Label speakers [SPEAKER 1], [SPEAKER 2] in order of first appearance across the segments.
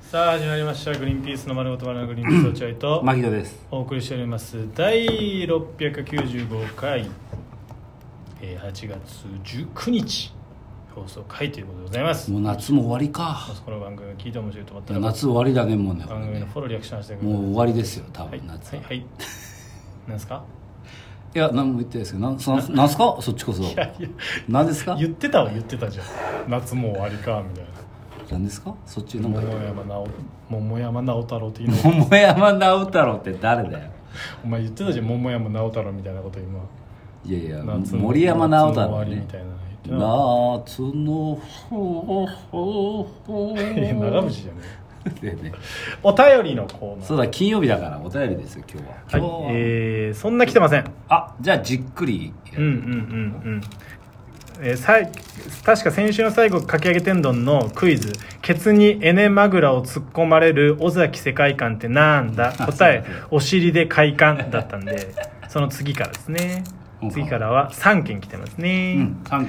[SPEAKER 1] さあ始まりました「グリーンピースの丸ごと丸のグリーンピース落合」と
[SPEAKER 2] 牧野です
[SPEAKER 1] お送りしております第695回、えー8月19日放送回ということでございます
[SPEAKER 2] もう夏も終わりか
[SPEAKER 1] この番組を聞いて面白いと思っ
[SPEAKER 2] い
[SPEAKER 1] た
[SPEAKER 2] や
[SPEAKER 1] ら
[SPEAKER 2] 夏終わりだねもうねこれ
[SPEAKER 1] 番組の
[SPEAKER 2] ね
[SPEAKER 1] フォローリアクションしてくだ
[SPEAKER 2] もう終わりですよ多
[SPEAKER 1] はい
[SPEAKER 2] 分夏
[SPEAKER 1] は
[SPEAKER 2] はい
[SPEAKER 1] はいいなんですか
[SPEAKER 2] や何も言ってないですけどなん そなんすかそっちこそ
[SPEAKER 1] いやいや
[SPEAKER 2] 何ですか
[SPEAKER 1] 言ってたわ言ってたじゃん夏もう終わりかみたいな
[SPEAKER 2] 何ですかそっちなんか
[SPEAKER 1] 桃山直桃山直太郎っていう の
[SPEAKER 2] 桃山直太郎って誰だよ
[SPEAKER 1] お前言ってたじゃん桃山直太郎みたいなこと今
[SPEAKER 2] いやいや
[SPEAKER 1] 夏の
[SPEAKER 2] 森山直太郎
[SPEAKER 1] 夏の終わり
[SPEAKER 2] ね
[SPEAKER 1] みたいなの言ってなかっ
[SPEAKER 2] 夏のほほほ
[SPEAKER 1] たいや 長渕じゃねえ
[SPEAKER 2] でね
[SPEAKER 1] お便りのコーナー
[SPEAKER 2] そうだ金曜日だからお便りですよ今日は今日
[SPEAKER 1] は、
[SPEAKER 2] はい
[SPEAKER 1] えー、そんな来てません
[SPEAKER 2] あじゃあじっくり
[SPEAKER 1] うんうんうんうんえー、さい確か先週の最後かき揚げ天丼のクイズ「ケツにエネマグラを突っ込まれる尾崎世界観ってなん だ?」答え「お尻で快感」だったんで その次からですね次からは3件来てますね、
[SPEAKER 2] うん3点なる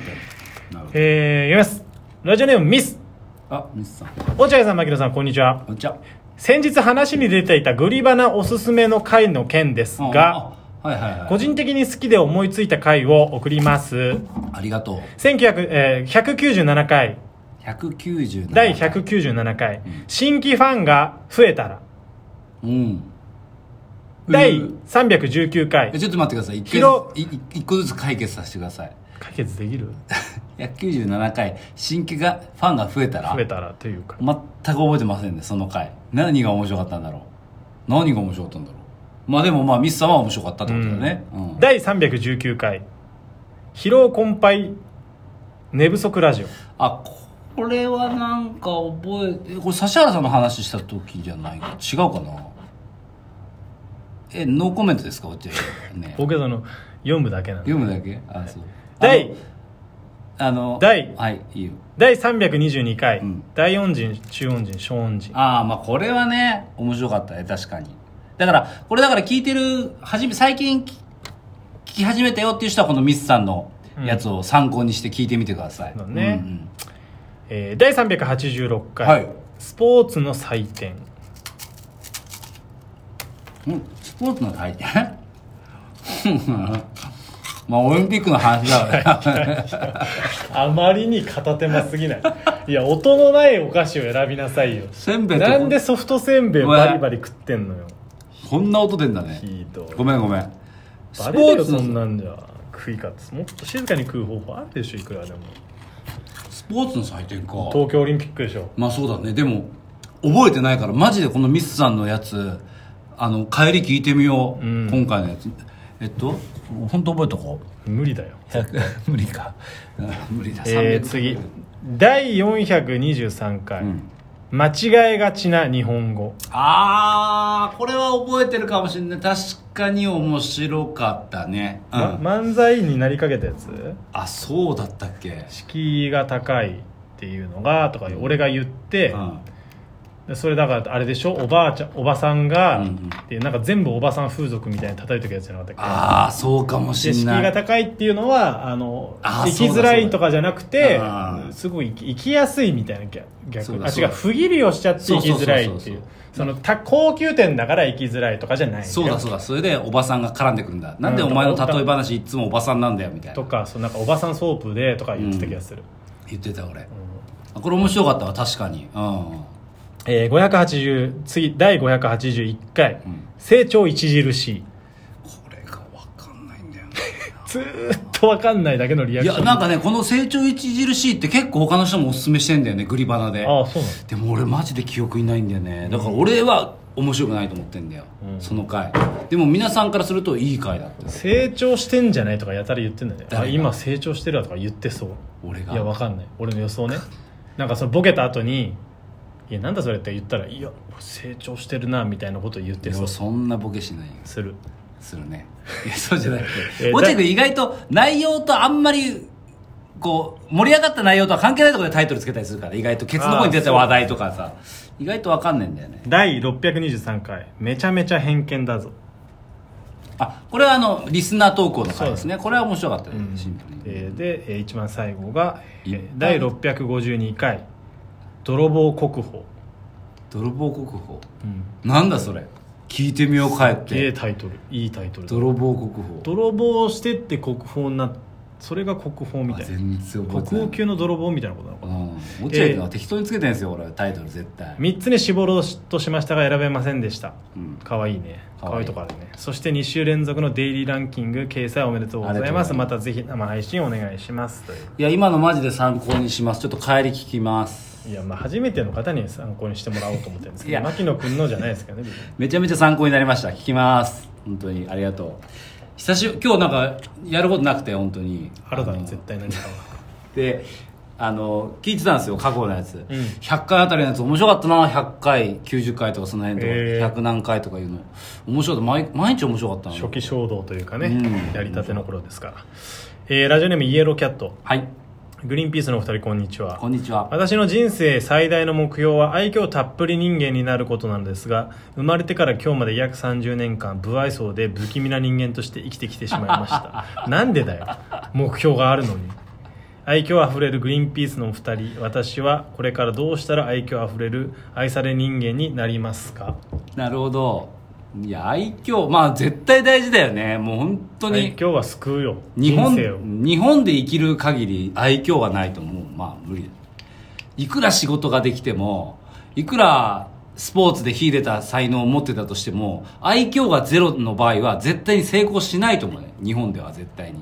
[SPEAKER 2] ほど
[SPEAKER 1] えー、読みますラジオネームミス
[SPEAKER 2] あミスさん
[SPEAKER 1] 落合さん牧野さんこんにちは
[SPEAKER 2] こんにちは
[SPEAKER 1] 先日話に出ていたグリバナおすすめの回の件ですが、
[SPEAKER 2] あはいはいはい
[SPEAKER 1] 個人的に好きで思いついた回を送ります。
[SPEAKER 2] ありがとう
[SPEAKER 1] 1900えー197回、
[SPEAKER 2] 197
[SPEAKER 1] 第197回
[SPEAKER 2] ん、
[SPEAKER 1] 新規ファンが増えたら、
[SPEAKER 2] うん
[SPEAKER 1] 第
[SPEAKER 2] うん
[SPEAKER 1] 319回
[SPEAKER 2] え、ちょっと待ってください一回
[SPEAKER 1] 広
[SPEAKER 2] ずいい一個ずつ解決させてください
[SPEAKER 1] 解決できる
[SPEAKER 2] 197回新規がファンが増えたら
[SPEAKER 1] 増えたらというか、
[SPEAKER 2] 全く覚えてませんねその回何が面白かったんだろう何が面白かったんだろうまあでもまあミスさんは面白かったってことだね、うん
[SPEAKER 1] 第319回、疲労困憊、寝不足ラジオ。
[SPEAKER 2] あこれはなんか覚ええこれ指原さんの話した時じゃないか違うかなえノーコメントですかこっちは ね
[SPEAKER 1] 僕はその、読むだけなんで。
[SPEAKER 2] 読むだけあそう
[SPEAKER 1] 第
[SPEAKER 2] あの
[SPEAKER 1] 第
[SPEAKER 2] はいいいよ
[SPEAKER 1] 第322回、
[SPEAKER 2] うん
[SPEAKER 1] 大恩人、中恩人、小恩人。
[SPEAKER 2] ああまあこれはね面白かったね確かにだからこれだから聞いてる初め最近き聞き始めたよっていう人はこのミスさんのやつを参考にして聞いてみてください、
[SPEAKER 1] そうだね
[SPEAKER 2] うんうん
[SPEAKER 1] えー第386回、
[SPEAKER 2] はい
[SPEAKER 1] スポーツの祭典
[SPEAKER 2] うんスポーツの大会 まあオリンピックの話だから
[SPEAKER 1] あまりに片手間すぎない いや音のないお菓子を選びなさい よ
[SPEAKER 2] せんべいと
[SPEAKER 1] なんでソフトせんべいバリバリ食ってんのよ
[SPEAKER 2] こんな音出んだね
[SPEAKER 1] ひどい
[SPEAKER 2] ごめんごめん
[SPEAKER 1] バレるよ
[SPEAKER 2] の
[SPEAKER 1] そんなんじゃ食い方もっと静かに食う方法あるでしょいくらでも
[SPEAKER 2] スポーツの祭典か
[SPEAKER 1] 東京オリンピックでしょ
[SPEAKER 2] まあそうだねでも覚えてないからマジでこのミスさんのやつあの帰り聞いてみよう、
[SPEAKER 1] うん
[SPEAKER 2] 今回のやつえっと本当覚えとこう
[SPEAKER 1] 無理だよ、
[SPEAKER 2] 100 無理かうん無理だ、
[SPEAKER 1] えー、
[SPEAKER 2] 300
[SPEAKER 1] 次第423回、
[SPEAKER 2] うん
[SPEAKER 1] 間違えがちな日本語
[SPEAKER 2] ああこれは覚えてるかもしれない確かに面白かったね、うん
[SPEAKER 1] ま漫才になりかけたやつ
[SPEAKER 2] あそうだったっけ、
[SPEAKER 1] 敷居が高いっていうのがとか俺が言って、
[SPEAKER 2] うん、
[SPEAKER 1] でそれだからあれでしょおばあちゃんおばさんが、
[SPEAKER 2] うんうん
[SPEAKER 1] でなんか全部おばさん風俗みたいに叩いてくやつじゃなかったっ
[SPEAKER 2] ああそうかも
[SPEAKER 1] け
[SPEAKER 2] し
[SPEAKER 1] で
[SPEAKER 2] れ
[SPEAKER 1] 敷居
[SPEAKER 2] な
[SPEAKER 1] が
[SPEAKER 2] い
[SPEAKER 1] 高いっていうのはあの
[SPEAKER 2] あー
[SPEAKER 1] 生きづらいとかじゃなくて
[SPEAKER 2] そうだそうだあー
[SPEAKER 1] すごい生き生きやすいみたいな逆
[SPEAKER 2] そう
[SPEAKER 1] 逆
[SPEAKER 2] だ
[SPEAKER 1] あ
[SPEAKER 2] そ
[SPEAKER 1] 違
[SPEAKER 2] う
[SPEAKER 1] う
[SPEAKER 2] だ
[SPEAKER 1] 不義理をしちゃって生きづらい
[SPEAKER 2] そう
[SPEAKER 1] って
[SPEAKER 2] そう
[SPEAKER 1] いう
[SPEAKER 2] そうそうそう
[SPEAKER 1] そのた高級店だから生きづらいとかじゃないんだよ
[SPEAKER 2] そうだそうだそれでおばさんが絡んでくるんだなんで
[SPEAKER 1] うん
[SPEAKER 2] お前の例え話いつもおばさんなんだよみたい
[SPEAKER 1] と
[SPEAKER 2] な
[SPEAKER 1] かそうなんかおばさんソープでとか言ってた気がする、
[SPEAKER 2] 言ってた俺
[SPEAKER 1] うん
[SPEAKER 2] あこれ面白かったわ確かにうん
[SPEAKER 1] えー、580次第581回、
[SPEAKER 2] ん
[SPEAKER 1] 成長著しい
[SPEAKER 2] これが分かんないんだよね
[SPEAKER 1] ずーっと分かんないだけのリア
[SPEAKER 2] い
[SPEAKER 1] クショ
[SPEAKER 2] や
[SPEAKER 1] ン
[SPEAKER 2] なんかねこの成長著しいって結構他の人もおすすめしてんだよねグリバナで
[SPEAKER 1] ああそうな
[SPEAKER 2] でも俺マジで記憶にないんだよねだから俺は面白くないと思ってんだよ、
[SPEAKER 1] うん
[SPEAKER 2] その回でも皆さんからするといい回だった
[SPEAKER 1] の成長してんじゃないとかやたら言ってんだよねあ
[SPEAKER 2] 誰が
[SPEAKER 1] 今成長してるわとか言ってそう
[SPEAKER 2] 俺が
[SPEAKER 1] いや分かんない俺の予想ねなんかそのボケた後に「いやなんだそれ」って言ったら「いや俺成長してるな」みたいなこと言って
[SPEAKER 2] い
[SPEAKER 1] そう
[SPEAKER 2] やそんなボケしないよ
[SPEAKER 1] する
[SPEAKER 2] するねいやそうじゃなく
[SPEAKER 1] え
[SPEAKER 2] て
[SPEAKER 1] ー
[SPEAKER 2] 落合君意外と内容とあんまりこう盛り上がった内容とは関係ないところでタイトルつけたりするから意外とケツの方に出た話題とかさ意外と分かんないんだよね
[SPEAKER 1] 第623回「めちゃめちゃ偏見だぞ
[SPEAKER 2] あこれはあのリスナー投稿の回ですねこれは面白かったね、」シンプルに、
[SPEAKER 1] えーでえー一番最後が、えー
[SPEAKER 2] いっぱい
[SPEAKER 1] 第652回「泥棒国宝」
[SPEAKER 2] 泥棒国宝
[SPEAKER 1] うん
[SPEAKER 2] なんだそれ聞いてみよう帰っ
[SPEAKER 1] すげえ
[SPEAKER 2] て
[SPEAKER 1] タイトルいいタイトルだ
[SPEAKER 2] 泥棒国宝
[SPEAKER 1] 泥棒してって国宝になっそれが国宝み
[SPEAKER 2] あ
[SPEAKER 1] たいな
[SPEAKER 2] 全然覚
[SPEAKER 1] 国
[SPEAKER 2] えてない
[SPEAKER 1] 宝級の泥棒みたいなことなのか
[SPEAKER 2] う
[SPEAKER 1] なん
[SPEAKER 2] 落合君は適当につけてんですよ俺タイトル絶対
[SPEAKER 1] 3つに絞ろうとしましたが選べませんでした
[SPEAKER 2] うん
[SPEAKER 1] かわいいねか
[SPEAKER 2] かわ
[SPEAKER 1] わ
[SPEAKER 2] い
[SPEAKER 1] いい
[SPEAKER 2] い
[SPEAKER 1] とこあるねそして2週連続のデイリーランキング掲載おめでとうございます
[SPEAKER 2] ありがとう
[SPEAKER 1] ま
[SPEAKER 2] ございます
[SPEAKER 1] たぜひ生配信お願いしますという
[SPEAKER 2] いや今のマジで参考にしますちょっと帰り聞きます
[SPEAKER 1] いやまあ初めての方に参考にしてもらおうと思ってるんですけ
[SPEAKER 2] いや
[SPEAKER 1] ど牧野君のじゃないですけどね別に
[SPEAKER 2] めちゃめちゃ参考になりました聞きます本当にありがとう久しぶり今日なんかやることなくて本当に
[SPEAKER 1] あるだ
[SPEAKER 2] あ
[SPEAKER 1] ろ
[SPEAKER 2] の
[SPEAKER 1] 絶対何かは
[SPEAKER 2] であの聞いてたんですよ過去のやつ、
[SPEAKER 1] ん
[SPEAKER 2] 100回あたりのやつ面白かったな100回90回とかその辺とか、
[SPEAKER 1] へー
[SPEAKER 2] 100何回とかいうの面白かった毎毎日面白かったな
[SPEAKER 1] 初期衝動というかね、
[SPEAKER 2] うん
[SPEAKER 1] やりたての頃ですから、えーラジオネームイエローキャット
[SPEAKER 2] はい
[SPEAKER 1] グリーンピースのお二人こんにちは
[SPEAKER 2] こんにちは
[SPEAKER 1] 私の人生最大の目標は愛嬌たっぷり人間になることなのですが生まれてから今日まで約30年間不愛想で不気味な人間として生きてきてしまいま したなんでだよ目標があるのに愛嬌あふれるグリーンピースのお二人私はこれからどうしたら愛嬌あふれる愛され人間になりますか
[SPEAKER 2] なるほどいや愛嬌まあ絶対大事だよねもう本当
[SPEAKER 1] 愛
[SPEAKER 2] に
[SPEAKER 1] 嬌は救うよ
[SPEAKER 2] 日
[SPEAKER 1] 人
[SPEAKER 2] 本
[SPEAKER 1] 生を
[SPEAKER 2] 日本で生きる限り愛嬌がないともうまあ無理だいくら仕事ができてもいくらスポーツで秀でた才能を持ってたとしても愛嬌がゼロの場合は絶対に成功しないと思うね日本では絶対に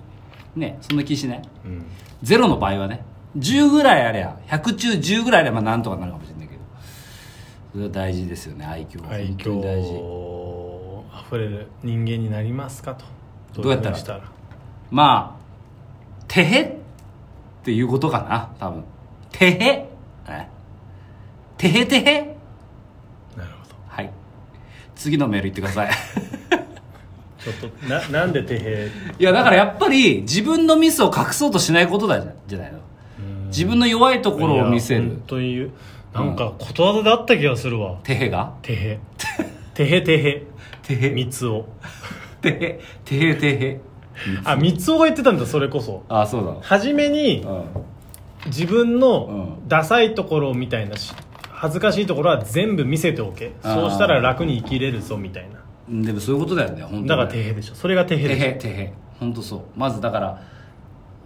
[SPEAKER 2] ねそんな気しない
[SPEAKER 1] うん
[SPEAKER 2] ゼロの場合はね10ぐらいありゃ100中10ぐらいあればなんとかなるかもしれないけどそれは大事ですよね愛嬌は
[SPEAKER 1] 愛
[SPEAKER 2] 本当に大事
[SPEAKER 1] 嬌あふれる人間になりますかと
[SPEAKER 2] どうやったら
[SPEAKER 1] ふにしたら
[SPEAKER 2] まあ、てへっていうことかな、多分。てへえてへてへ
[SPEAKER 1] なるほど
[SPEAKER 2] はい。次のメール言ってくだ さい。
[SPEAKER 1] ちょっとな なんでてへ
[SPEAKER 2] いや、だからやっぱり自分のミスを隠そうとしないことだじゃじゃないの。自分の弱いところを見せ
[SPEAKER 1] いや
[SPEAKER 2] る
[SPEAKER 1] 本。当に言うなんかことわざであった気がするわ
[SPEAKER 2] てへが
[SPEAKER 1] てへ てへてへ
[SPEAKER 2] てへ、
[SPEAKER 1] 三つお
[SPEAKER 2] てへ、てへてへ。
[SPEAKER 1] あ三つおが言ってたんだそれこそ
[SPEAKER 2] あ、そうだ。
[SPEAKER 1] 初めに
[SPEAKER 2] うん。
[SPEAKER 1] 自分の
[SPEAKER 2] うん
[SPEAKER 1] ダサいところみたいなし恥ずかしいところは全部見せておけ
[SPEAKER 2] あー
[SPEAKER 1] そうしたら楽に生きれるぞみたいな
[SPEAKER 2] でもそういうことだよね、本当に
[SPEAKER 1] だからてへでしょそれがてへ
[SPEAKER 2] て
[SPEAKER 1] でし
[SPEAKER 2] へ、てへ。本当そう。まずだから、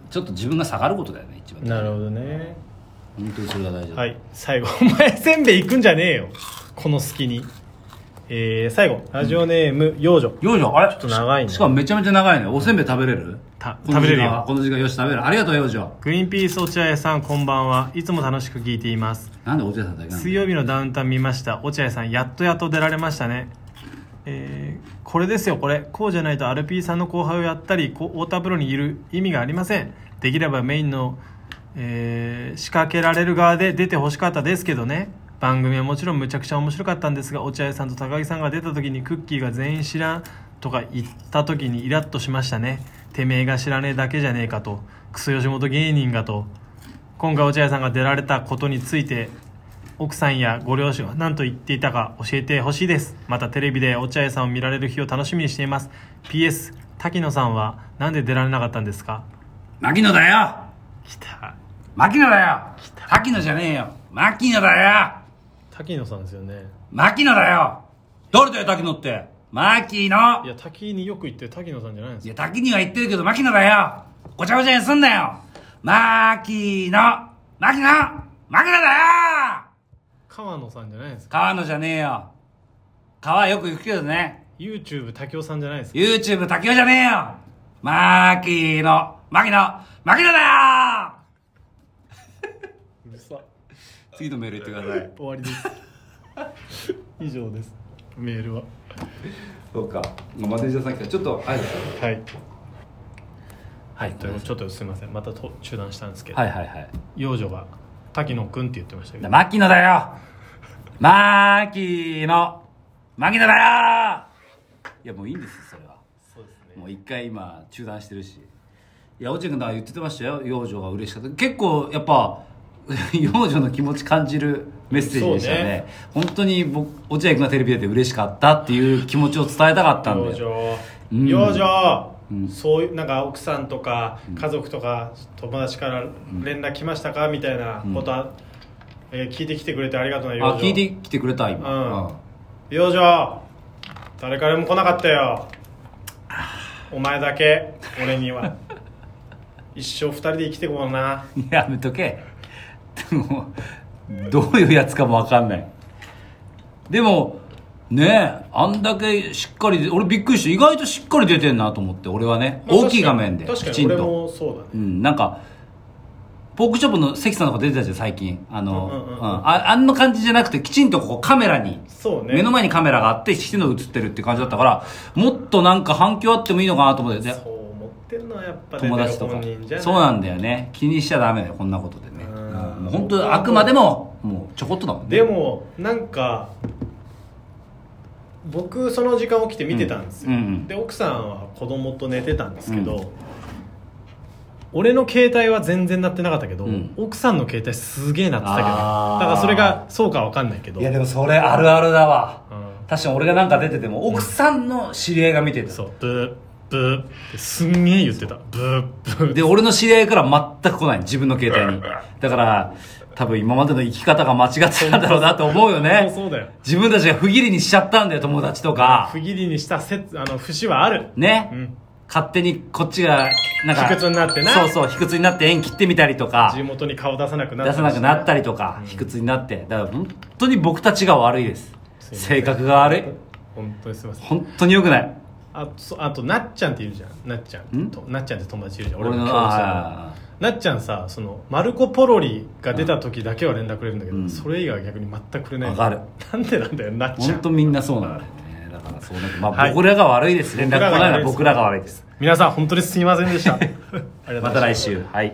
[SPEAKER 2] ちょっと自分が下がることだよね、一番
[SPEAKER 1] ょ。なるほどね
[SPEAKER 2] 本当にそれが大事だ。
[SPEAKER 1] はい最後お前せんべい行くんじゃねえよこの隙にえー、最後ラジオネーム幼女
[SPEAKER 2] よいしょ、あれ
[SPEAKER 1] ちょっと長いね
[SPEAKER 2] しかもめちゃめちゃ長いね。おせんべい食べれる
[SPEAKER 1] た
[SPEAKER 2] この時
[SPEAKER 1] 食べれ
[SPEAKER 2] 間
[SPEAKER 1] るよ
[SPEAKER 2] この時間よし食べる。ありがとう、よいしょ。
[SPEAKER 1] グリーンピース落合さんこんばんはいつも楽しく聞いています
[SPEAKER 2] なんでおじさんだけなの
[SPEAKER 1] 水曜日のダウンタウン見ました落合さんやっとやっと出られましたねえーこれですよこれこうじゃないとアルピーさんの後輩をやったりこう太田プロにいる意味がありませんできればメインの、えー仕掛けられる側で出てほしかったですけどね番組はもちろんむちゃくちゃ面白かったんですが落合さんと高木さんが出た時にクッキーが全員知らんとか言った時にイラッとしましたねてめえが知らねえだけじゃねえかとクソ吉本芸人がと今回落合さんが出られたことについて奥さんやご両親は何と言っていたか教えてほしいですまたテレビで落合さんを見られる日を楽しみにしています PS 滝野さんはなんで出られなかったんですか
[SPEAKER 2] 牧野だよ
[SPEAKER 1] きた
[SPEAKER 2] 牧野だよ滝野じゃねえよ牧野だよ
[SPEAKER 1] 滝野さんですよね
[SPEAKER 2] 牧野だよ誰だよ、滝野って牧野
[SPEAKER 1] いや滝によく行ってる滝野さんじゃないんです
[SPEAKER 2] い
[SPEAKER 1] か
[SPEAKER 2] や、滝には言ってるけど牧野だよごちゃごちゃにすんなよ牧野牧野牧野だよ
[SPEAKER 1] 川野さんじゃないんですか
[SPEAKER 2] 川野じゃねえよ川よく行くけどね
[SPEAKER 1] YouTube 滝尾さんじゃないですか
[SPEAKER 2] YouTube 竹雄じゃねえよマーキーの、マキの、マキのだ
[SPEAKER 1] うるさ
[SPEAKER 2] よ次のメール言ってください。
[SPEAKER 1] 終わりです 以上ですメールは
[SPEAKER 2] そうか。マネージャーさんからちょっと、あれです
[SPEAKER 1] はい
[SPEAKER 2] はい、
[SPEAKER 1] ということでちょっとすみませんまたと中断したんですけど、
[SPEAKER 2] はいはいはい。
[SPEAKER 1] 幼女が滝野くんって言ってましたけど
[SPEAKER 2] マキのだよマーキーの、マキのだよいや、もういいんですそれは。
[SPEAKER 1] そうです
[SPEAKER 2] もう一回今、中断してるし。いや、落合君だから言ってましたよ。幼女が嬉しかった。結構、やっぱ、 幼女の気持ち感じるメッセージでしたね。
[SPEAKER 1] そうね
[SPEAKER 2] 本当に僕、落合君がテレビ出て嬉しかったっていう気持ちを伝えたかったん
[SPEAKER 1] 養
[SPEAKER 2] で。
[SPEAKER 1] 女
[SPEAKER 2] うん
[SPEAKER 1] 養女、
[SPEAKER 2] うん
[SPEAKER 1] そういうなんか奥さんとか家族とか友達から連絡来ましたかみたいなことは、いや聞いてきてくれてありがとうね
[SPEAKER 2] あ聞いて
[SPEAKER 1] て
[SPEAKER 2] きてくれた
[SPEAKER 1] う
[SPEAKER 2] 今、
[SPEAKER 1] ん養生誰からも来なかったよお前だけ俺には 一生二人で生きてこうな
[SPEAKER 2] うんやめとけでもどういうやつかも分かんないでもねえあんだけしっかりで俺びっくりして意外としっかり出てんなと思って俺はね、
[SPEAKER 1] まあ
[SPEAKER 2] 大きい画面で
[SPEAKER 1] 確か
[SPEAKER 2] き
[SPEAKER 1] に
[SPEAKER 2] ちん
[SPEAKER 1] 確かに俺
[SPEAKER 2] と
[SPEAKER 1] もそうだね
[SPEAKER 2] うん、なんかポークチョップの関さんの方出てたじゃん最近あの、
[SPEAKER 1] うんうんうんうん
[SPEAKER 2] ああんな感じじゃなくてきちんとこうカメラに
[SPEAKER 1] そうね
[SPEAKER 2] 目の前にカメラがあってしての映ってるって感じだったからもっとなんか反響あってもいいのかなと思ってで
[SPEAKER 1] そう思ってんのはやっぱ
[SPEAKER 2] 友達とか
[SPEAKER 1] 出てる本人じゃ
[SPEAKER 2] そうなんんだよね気にしちゃダメだよこんなことでね、
[SPEAKER 1] うん
[SPEAKER 2] うんもう本当あくまでももうちょこっとだもんね
[SPEAKER 1] でもなんか僕その時間起きて見てたんですよ、
[SPEAKER 2] うんうん
[SPEAKER 1] で奥さんは子供と寝てたんですけど、俺の携帯は全然鳴ってなかったけど、
[SPEAKER 2] うん
[SPEAKER 1] 奥さんの携帯すげえ鳴ってたけどだ
[SPEAKER 2] あー
[SPEAKER 1] からそれがそうかわかんないけど
[SPEAKER 2] いやでもそれあるあるだわ
[SPEAKER 1] うん
[SPEAKER 2] 確かに俺がなんか出てても奥さんの知り合いが見てた
[SPEAKER 1] そうブーブーってすんげえ言ってたブーブー
[SPEAKER 2] で、俺の知り合いから全く来ない。自分の携 帯に。だから、多分今までの生き方が間違ってたんだろうなと思うよ
[SPEAKER 1] もう
[SPEAKER 2] ね。
[SPEAKER 1] そうだよ
[SPEAKER 2] 自分たちが不義理にしちゃったんだよ、友達とか。
[SPEAKER 1] 不義理にした説あの節はある、
[SPEAKER 2] ね、
[SPEAKER 1] うん、
[SPEAKER 2] 勝手にこっちが、なんか、
[SPEAKER 1] 卑屈になってな
[SPEAKER 2] そうそう、卑屈になって縁切ってみたりとか
[SPEAKER 1] 地、元に顔出さなくなった
[SPEAKER 2] 出
[SPEAKER 1] り
[SPEAKER 2] さなくなったりとか、卑屈になって。だから本当に僕たちが悪いです。
[SPEAKER 1] すいません
[SPEAKER 2] 性格が悪い。
[SPEAKER 1] 本当にすいません
[SPEAKER 2] 本当に良くない。
[SPEAKER 1] あとあとなっちゃんっているじゃんなっちゃん
[SPEAKER 2] ん
[SPEAKER 1] となっちゃんって友達いるじゃん
[SPEAKER 2] 俺
[SPEAKER 1] 俺
[SPEAKER 2] の
[SPEAKER 1] の、
[SPEAKER 2] あ
[SPEAKER 1] 共
[SPEAKER 2] あ
[SPEAKER 1] 通のなっちゃんさそのマルコ・ポロリが出た時だけは連絡くれるんだけど、
[SPEAKER 2] うん
[SPEAKER 1] それ以外は逆に全くくれない
[SPEAKER 2] わかる
[SPEAKER 1] なんでなんだよなっちゃ
[SPEAKER 2] 本
[SPEAKER 1] ん
[SPEAKER 2] 当みんなそうなんだよね。だからそうなんだまあ、
[SPEAKER 1] はい
[SPEAKER 2] 僕らが悪いです。連絡来ないのは僕らが悪いです。
[SPEAKER 1] 皆さん本当にすいませんでしたありがとうござい
[SPEAKER 2] また来週。はい。